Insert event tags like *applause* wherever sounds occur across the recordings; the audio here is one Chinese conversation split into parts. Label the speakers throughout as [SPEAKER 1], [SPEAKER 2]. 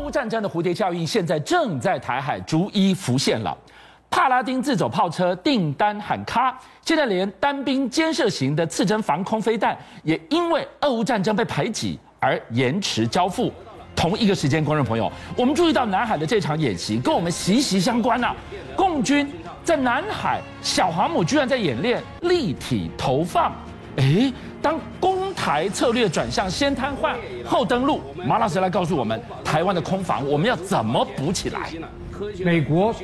[SPEAKER 1] 乌战争的蝴蝶效应现在正在台海逐一浮现了。帕拉丁自走炮车订单喊卡，现在连单兵监射型的刺针防空飞弹也因为俄乌战争被排挤而延迟交付。同一个时间，观众朋友，我们注意到南海的这场演习跟我们息息相关啊！共军在南海小航母居然在演练立体投放。诶，哎当攻台策略转向先瘫痪后登陆，马老师来告诉我们，台湾的空防我们要怎么补起来？
[SPEAKER 2] 美国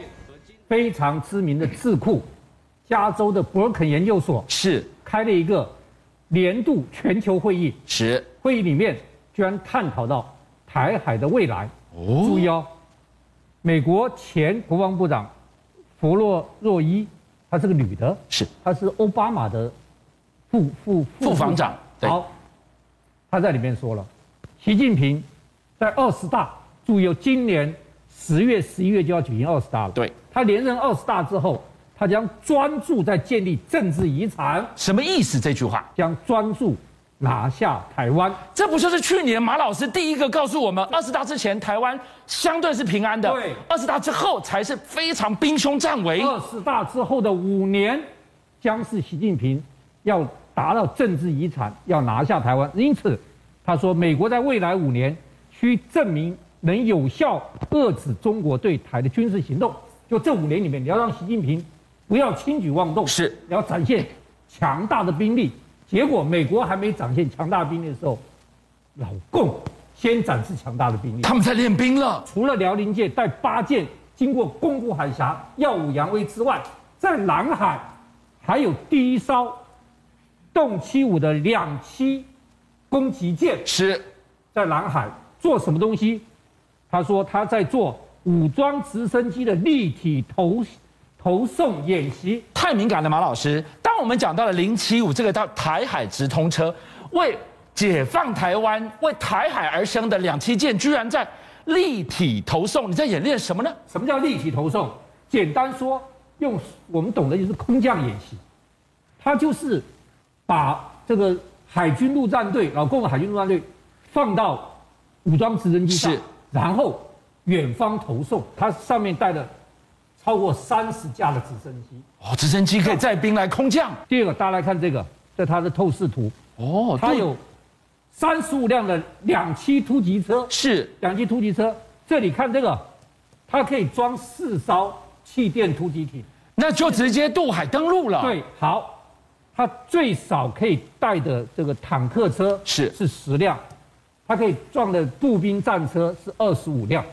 [SPEAKER 2] 非常知名的智库，加州的伯肯研究所
[SPEAKER 1] 是
[SPEAKER 2] 开了一个年度全球会议，
[SPEAKER 1] 是
[SPEAKER 2] 会议里面居然探讨到台海的未来。注意哦，美国前国防部长弗洛若伊，她是个女的，
[SPEAKER 1] 是
[SPEAKER 2] 她是奥巴马的副副
[SPEAKER 1] 副防长对
[SPEAKER 2] 好，他在里面说了，习近平在二十大，注意哦，今年十月、十一月就要举行二十大了。
[SPEAKER 1] 对，
[SPEAKER 2] 他连任二十大之后，他将专注在建立政治遗产，
[SPEAKER 1] 什么意思？这句话，
[SPEAKER 2] 将专注拿下台湾。
[SPEAKER 1] 这不就是去年马老师第一个告诉我们，二十大之前台湾相对是平安的
[SPEAKER 2] 对，
[SPEAKER 1] 二十大之后才是非常兵凶战危。
[SPEAKER 2] 二十大之后的五年，将是习近平要达到政治遗产，要拿下台湾。因此，他说，美国在未来五年需证明能有效遏制中国对台的军事行动。就这五年里面，你要让习近平不要轻举妄动，
[SPEAKER 1] 是
[SPEAKER 2] 你要展现强大的兵力。结果，美国还没展现强大兵力的时候，老共先展示强大的兵力。
[SPEAKER 1] 他们在练兵了，
[SPEAKER 2] 除了辽宁舰带八舰经过宫古海峡、耀武扬威之外，在南海还有第一艘动七五的两栖攻击舰
[SPEAKER 1] 是
[SPEAKER 2] 在南海做什么东西？他说他在做武装直升机的立体投投送演习。
[SPEAKER 1] 太敏感了，马老师。当我们讲到了零七五这个到台海直通车，为解放台湾、为台海而生的两栖舰，居然在立体投送，你在演练什么呢？
[SPEAKER 2] 什么叫立体投送？简单说，用我们懂的就是空降演习，它就是把这个海军陆战队、老共海军陆战队放到武装直升机上
[SPEAKER 1] 是，
[SPEAKER 2] 然后远方投送。它上面带了超过三十架的直升机。
[SPEAKER 1] 哦，直升机可以载兵来空降
[SPEAKER 2] 第二个，大家来看这个，这是它的透视图，
[SPEAKER 1] 哦，
[SPEAKER 2] 它
[SPEAKER 1] 对
[SPEAKER 2] 有三十五辆的两栖突击车，
[SPEAKER 1] 是
[SPEAKER 2] 两栖突击车。这里看这个，它可以装四艘气垫突击艇。
[SPEAKER 1] 那就直接渡海登陆了。，
[SPEAKER 2] 对，好，它最少可以带的这个坦克车
[SPEAKER 1] 是
[SPEAKER 2] 是十辆，它可以撞的步兵战车是二十五辆，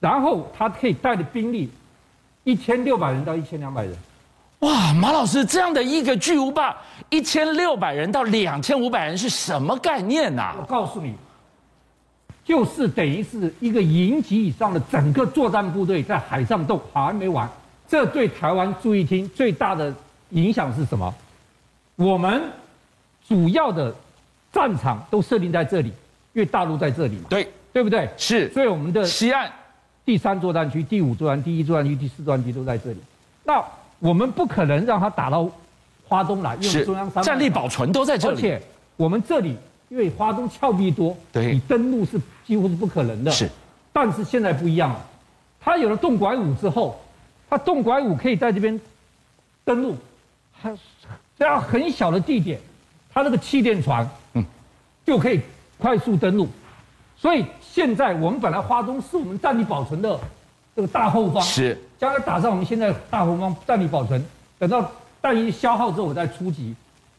[SPEAKER 2] 然后它可以带的兵力一千六百人到一千两百人，
[SPEAKER 1] 哇，马老师这样的一个巨无霸，一千六百人到两千五百人是什么概念啊呐、
[SPEAKER 2] 我告诉你，就是等于是一个营级以上的整个作战部队在海上动，好还没完。这对台湾注意听最大的影响是什么？我们主要的战场都设定在这里，因为大陆在这里嘛，
[SPEAKER 1] 对，
[SPEAKER 2] 对不对？
[SPEAKER 1] 是
[SPEAKER 2] 所以我们的
[SPEAKER 1] 西岸
[SPEAKER 2] 第三作战区、第五作战、第一作战区、第四作战区都在这里。那我们不可能让他打到花东来，因为我们
[SPEAKER 1] 是
[SPEAKER 2] 中央山脉
[SPEAKER 1] 战力保存都在这
[SPEAKER 2] 而
[SPEAKER 1] 里。
[SPEAKER 2] 且我们这里因为华东峭壁多，
[SPEAKER 1] 对
[SPEAKER 2] 你登陆是几乎是不可能的。
[SPEAKER 1] 是，
[SPEAKER 2] 但是现在不一样了，他有了动拐五之后，他动拐五可以在这边登陆，还这样很小的地点，他那个气垫船，
[SPEAKER 1] 嗯
[SPEAKER 2] 嗯，就可以快速登陆。所以现在我们本来华东是我们战力保存的这个大后方，
[SPEAKER 1] 是
[SPEAKER 2] 将来打上我们现在大红方战力保存，等到弹一消耗之后我再出击。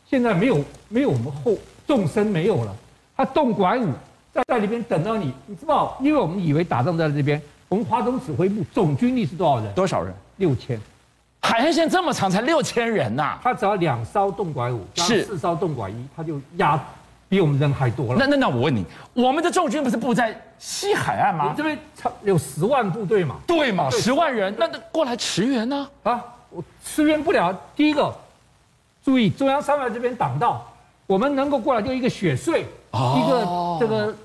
[SPEAKER 2] 现在没有没有我们后纵深没有了，他动拐五在在里边等到你，你知道？因为我们以为打仗在这边，我们华东指挥部总军力是多少人？
[SPEAKER 1] 多少人？
[SPEAKER 2] 六千，
[SPEAKER 1] 海岸线这么长，才六千人呐、
[SPEAKER 2] 他只要两艘动拐五，加
[SPEAKER 1] 是
[SPEAKER 2] 四艘动拐一，他就压比我们人还多
[SPEAKER 1] 那
[SPEAKER 2] 了。
[SPEAKER 1] 那那我问你，我们的重军不是布在西海岸
[SPEAKER 2] 我
[SPEAKER 1] 吗
[SPEAKER 2] 们？啊这边差有十万部队嘛，
[SPEAKER 1] 对嘛，
[SPEAKER 2] 对
[SPEAKER 1] 十万人，那那过来驰援呢？
[SPEAKER 2] 啊，我支援不了。第一个，注意中央山脉这边挡道，我们能够过来就一个雪穗，
[SPEAKER 1] 哦
[SPEAKER 2] 一个这个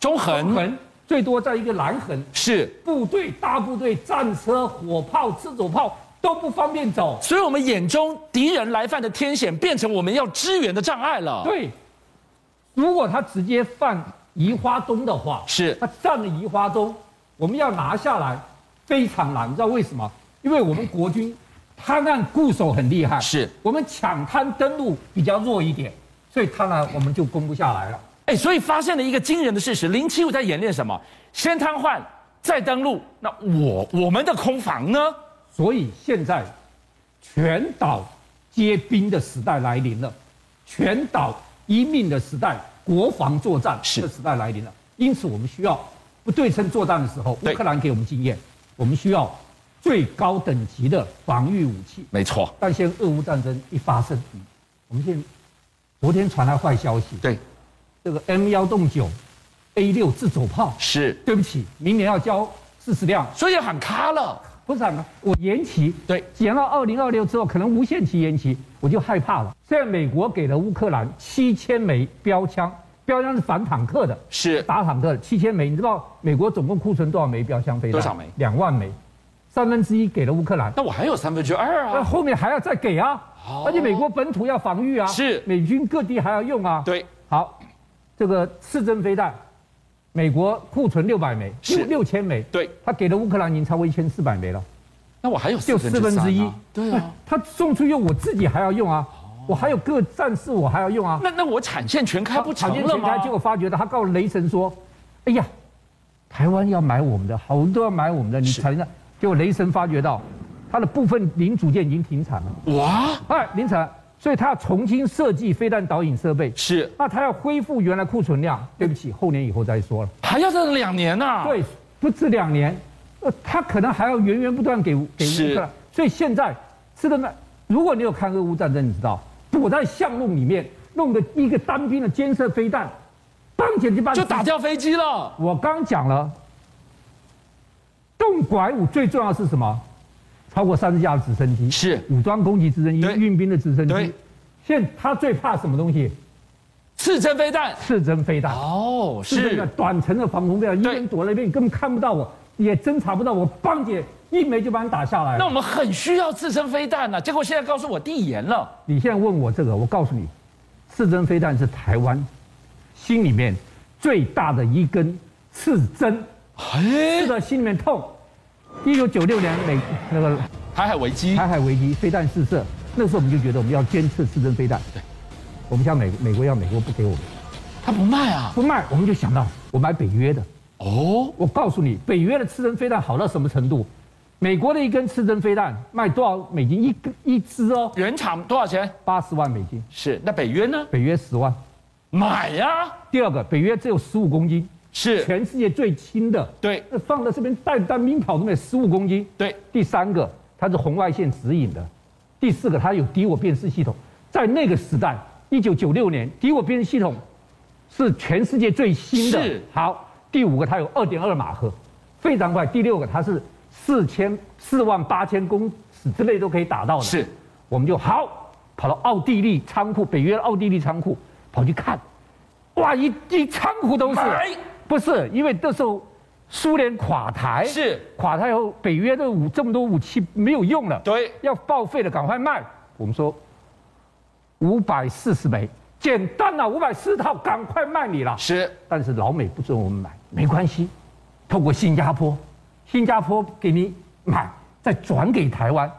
[SPEAKER 1] 中横
[SPEAKER 2] 横，最多在一个南横。
[SPEAKER 1] 是，
[SPEAKER 2] 部队、大部队、战车、火炮、自走炮都不方便走。
[SPEAKER 1] 所以我们眼中敌人来犯的啊天险，变成我们要支援的障碍了。
[SPEAKER 2] 对，如果他直接犯宜花东的话，
[SPEAKER 1] 是
[SPEAKER 2] 它占了宜花东，我们要拿下来非常难，你知道为什么？因为我们国军滩岸固守很厉害，
[SPEAKER 1] 是
[SPEAKER 2] 我们抢滩登陆比较弱一点，所以当然我们就攻不下来了。
[SPEAKER 1] 哎，所以发现了一个惊人的事实：零七五在演练什么？先瘫痪，再登陆。那我我们的空防呢？
[SPEAKER 2] 所以现在全岛皆兵的时代来临了，全岛一命的时代，国防作战
[SPEAKER 1] 是
[SPEAKER 2] 的时代来临了。因此，我们需要不对称作战的时候，
[SPEAKER 1] 对
[SPEAKER 2] 乌克兰给我们经验，我们需要最高等级的防御武器。
[SPEAKER 1] 没错，
[SPEAKER 2] 但现在俄乌战争一发生，我们现在昨天传来坏消息，
[SPEAKER 1] 对，
[SPEAKER 2] 这个 M 幺洞九 A 六自走炮，
[SPEAKER 1] 是，
[SPEAKER 2] 对不起，明年要交四十辆，
[SPEAKER 1] 所以喊卡了。
[SPEAKER 2] 不是啊，我延期，
[SPEAKER 1] 对，
[SPEAKER 2] 减到二零二六之后，可能无限期延期，我就害怕了。现在美国给了乌克兰七千枚标枪，标枪是反坦克的，
[SPEAKER 1] 是
[SPEAKER 2] 打坦克的七千枚。你知道美国总共库存多少枚标枪飞弹？
[SPEAKER 1] 多少枚
[SPEAKER 2] 两万枚，三分之一给了乌克兰。
[SPEAKER 1] 那我还有三分之二
[SPEAKER 2] 那
[SPEAKER 1] 啊。
[SPEAKER 2] 后面还要再给啊
[SPEAKER 1] 哦，
[SPEAKER 2] 而且美国本土要防御啊，
[SPEAKER 1] 是
[SPEAKER 2] 美军各地还要用啊。，
[SPEAKER 1] 对，
[SPEAKER 2] 好，这个刺针飞弹，美国库存六百枚，
[SPEAKER 1] 是
[SPEAKER 2] 六六千枚，
[SPEAKER 1] 对，
[SPEAKER 2] 他给了乌克兰已经超过一千四百枚了。
[SPEAKER 1] 那我还有
[SPEAKER 2] 就
[SPEAKER 1] 四分
[SPEAKER 2] 四
[SPEAKER 1] 之
[SPEAKER 2] 分
[SPEAKER 1] 三、
[SPEAKER 2] 之一
[SPEAKER 1] 啊。。对啊。
[SPEAKER 2] 他送出去，我自己还要用啊，
[SPEAKER 1] 哦
[SPEAKER 2] 我还有各战士我还要用啊。
[SPEAKER 1] 那那我产线全开不
[SPEAKER 2] 场
[SPEAKER 1] 成
[SPEAKER 2] 面
[SPEAKER 1] 了
[SPEAKER 2] 全开
[SPEAKER 1] 吗？
[SPEAKER 2] 结果发觉他告雷神说：“哎呀，台湾要买我们的，好多要买我们的，你
[SPEAKER 1] 是
[SPEAKER 2] 产的。”结果雷神发觉到，他的部分零组件已经停产了，
[SPEAKER 1] 哇，
[SPEAKER 2] 哎，停产，所以他要重新设计飞弹导引设备。
[SPEAKER 1] 是
[SPEAKER 2] 那他要恢复原来库存量，对不起，后年以后再说了。
[SPEAKER 1] 还要再等两年啊呐、，
[SPEAKER 2] 对，不止两年，呃，他可能还要源源不断给给
[SPEAKER 1] 是
[SPEAKER 2] 乌克兰。所以现在是的呢，如果你有看俄乌战争，你知道躲在巷弄里面弄个一个单兵的监射飞弹，当简直把你
[SPEAKER 1] 就打。掉飞机了。
[SPEAKER 2] 我刚讲了，动拐武最重要是什么？超过三十架的直升机，
[SPEAKER 1] 是
[SPEAKER 2] 武装攻击直升机，
[SPEAKER 1] 对
[SPEAKER 2] 运兵的直升
[SPEAKER 1] 对
[SPEAKER 2] 机。现在他最怕什么东西？
[SPEAKER 1] 刺针飞弹。
[SPEAKER 2] 刺针飞弹。
[SPEAKER 1] 哦，
[SPEAKER 2] 是这个
[SPEAKER 1] 是
[SPEAKER 2] 短程的防空飞弹，一
[SPEAKER 1] 对
[SPEAKER 2] 边躲了一边，你根本看不到我，也侦查不到我，棒姐一枚就把你打下来
[SPEAKER 1] 那
[SPEAKER 2] 了
[SPEAKER 1] 我。们很需要刺针飞弹啊呐、结果现在告诉我递延了，
[SPEAKER 2] 你现在问我这个，我告诉你，刺针飞弹是台湾心里面最大的一根刺针，
[SPEAKER 1] 哎
[SPEAKER 2] 刺，到心里面痛。一九九六年美那个
[SPEAKER 1] 台海危机
[SPEAKER 2] 台海危机，飞弹试射，那时候我们就觉得我们要监测刺针飞弹。
[SPEAKER 1] 对，
[SPEAKER 2] 我们向美美国要，美国不给我们，
[SPEAKER 1] 他不卖啊。
[SPEAKER 2] 不卖，我们就想到我买北约的。
[SPEAKER 1] 哦，
[SPEAKER 2] 我告诉你，北约的刺针飞弹好到什么程度？美国的一根刺针飞弹卖多少美金一根一支哦？
[SPEAKER 1] 原厂多少钱？
[SPEAKER 2] 八十万美金，
[SPEAKER 1] 是，那北约呢？
[SPEAKER 2] 北约十万。
[SPEAKER 1] 买呀、
[SPEAKER 2] 第二个，北约只有十五公斤，
[SPEAKER 1] 是，
[SPEAKER 2] 全世界最轻的，
[SPEAKER 1] 对
[SPEAKER 2] 那放在这边带单兵跑都没有十五公斤。
[SPEAKER 1] 对，
[SPEAKER 2] 第三个，它是红外线指引的；第四个，它有敌我辨识系统。在那个时代，一九九六年，敌我辨识系统是全世界最新的
[SPEAKER 1] 是。
[SPEAKER 2] 好，第五个它有二点二马赫，非常快。第六个它是四千四万八千公尺之内都可以打到的。
[SPEAKER 1] 是，
[SPEAKER 2] 我们就好跑到奥地利仓库，北约奥地利仓库跑去看，哇，一一仓库都是
[SPEAKER 1] 买。
[SPEAKER 2] 不是，因为那时候苏联垮台，
[SPEAKER 1] 是
[SPEAKER 2] 垮台以后，北约的武这么多武器没有用了，
[SPEAKER 1] 对
[SPEAKER 2] 要报废了，赶快卖。我们说五百四十枚，简单了、啊，五百四十套，赶快卖你了。
[SPEAKER 1] 是，
[SPEAKER 2] 但是老美不准我们买，没关系，透过新加坡，新加坡给你买，再转给台湾，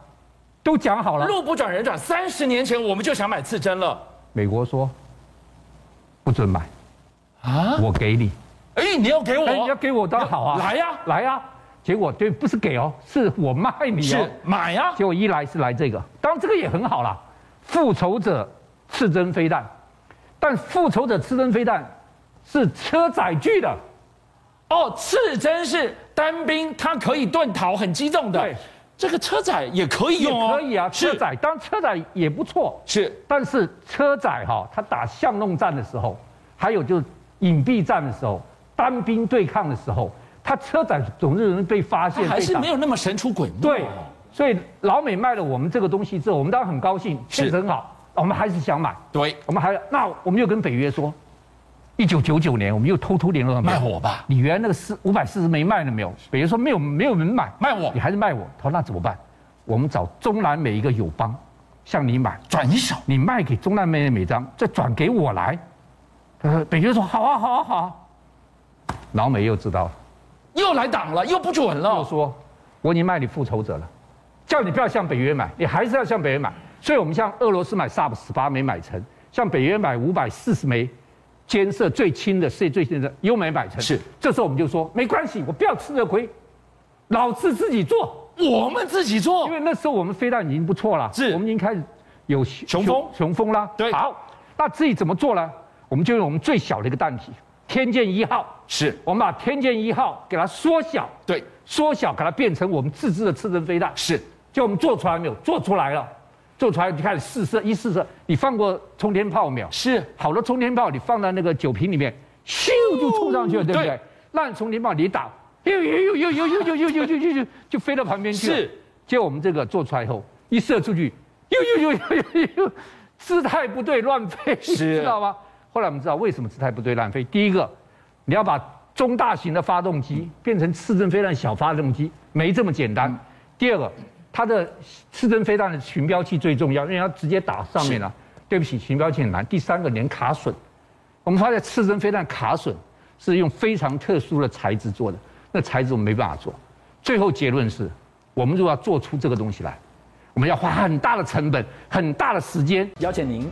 [SPEAKER 2] 都讲好了。
[SPEAKER 1] 路不转人转，三十年前我们就想买刺针了
[SPEAKER 2] 美国说不准买，
[SPEAKER 1] 啊！
[SPEAKER 2] 我给你。
[SPEAKER 1] 哎，你要给我，
[SPEAKER 2] 哎，你要给我当然好啊，
[SPEAKER 1] 来呀
[SPEAKER 2] 来呀、结果对，不是给哦，是我卖你哦
[SPEAKER 1] 是。买啊呀、
[SPEAKER 2] 结果一来是来这个，当然这个也很好啦，复仇者刺针飞弹，但复仇者刺针飞弹是车载具的，
[SPEAKER 1] 哦，刺针是单兵，它可以遁逃，很机动的
[SPEAKER 2] 对。
[SPEAKER 1] 这个车载也可以
[SPEAKER 2] 也
[SPEAKER 1] 用哦，
[SPEAKER 2] 可以啊，
[SPEAKER 1] 是
[SPEAKER 2] 车载，当然车载也不错，
[SPEAKER 1] 是
[SPEAKER 2] 但是车载哈、它打巷弄战的时候，还有就是隐蔽战的时候，单兵对抗的时候，它车载总是容易被发现，
[SPEAKER 1] 它还
[SPEAKER 2] 被
[SPEAKER 1] 是
[SPEAKER 2] 打
[SPEAKER 1] 没有那么神出鬼没。
[SPEAKER 2] 对，所以老美卖了我们这个东西之后，我们当然很高兴，
[SPEAKER 1] 是
[SPEAKER 2] 确实很好，我们还是想买，
[SPEAKER 1] 对，
[SPEAKER 2] 我们还那我们又跟北约说，一九九九年我们又偷偷联络他们
[SPEAKER 1] 卖，我吧，
[SPEAKER 2] 你原来那个四五百四十枚卖了没有？北约说没有，没有人买，
[SPEAKER 1] 卖我
[SPEAKER 2] 你还是卖我。他说那怎么办？我们找中南美一个友邦向你买，
[SPEAKER 1] 转一手。
[SPEAKER 2] 你卖给中南美的美张，再转给我来。他说北约说好啊好啊好啊，老美又知道了，
[SPEAKER 1] 又来挡了，又不准
[SPEAKER 2] 又
[SPEAKER 1] 了。
[SPEAKER 2] 说我已经卖你复仇者了，叫你不要向北约买，你还是要向北约买。所以我们向俄罗斯买 Sub 十八没买成，向北约买五百四十枚监射最轻的、世界最轻的又没买成。
[SPEAKER 1] 是，
[SPEAKER 2] 这时候我们就说没关系，我不要吃这亏，老子自己做。
[SPEAKER 1] 我们自己做
[SPEAKER 2] 因，为那时候我们飞弹已经不错了，
[SPEAKER 1] 是
[SPEAKER 2] 我们已经开始有雄
[SPEAKER 1] 雄风
[SPEAKER 2] 雄风啦。
[SPEAKER 1] 对
[SPEAKER 2] 好，那自己怎么做呢？我们就用我们最小的一个弹体天剑一号，
[SPEAKER 1] 是
[SPEAKER 2] 我们把天剑一号给它缩小，
[SPEAKER 1] 对，
[SPEAKER 2] 缩小给它变成我们自制的刺针飞弹。
[SPEAKER 1] 是
[SPEAKER 2] 就我们做出来没有？做出来了，做出来就开始试射，一试射，你放过冲天炮没有？
[SPEAKER 1] 是，
[SPEAKER 2] 好的冲天炮你放到那个酒瓶里面，咻就冲上去了，对不对
[SPEAKER 1] 对？
[SPEAKER 2] 烂冲天炮你一打，呦呦呦呦呦呦呦呦呦呦呦，就飞到旁边去了。
[SPEAKER 1] 是，
[SPEAKER 2] 结果我们这个做出来以后，一射出去，呦呦呦呦呦呦，姿态不对，乱飞， *laughs* 你
[SPEAKER 1] 是
[SPEAKER 2] 知道吗？后来我们知道为什么姿态不对，乱飞。第一个，你要把中大型的发动机变成次针飞弹小发动机，没这么简单。第二个，它的次针飞弹的巡标器最重要，因为它直接打上面了。啊对不起，巡标器很难。第三个，连卡榫，我们发现刺针飞弹卡榫是用非常特殊的材质做的，那材质我们没办法做。最后结论是，我们如果要做出这个东西来，我们要花很大的成本、很大的时间，
[SPEAKER 3] 邀请您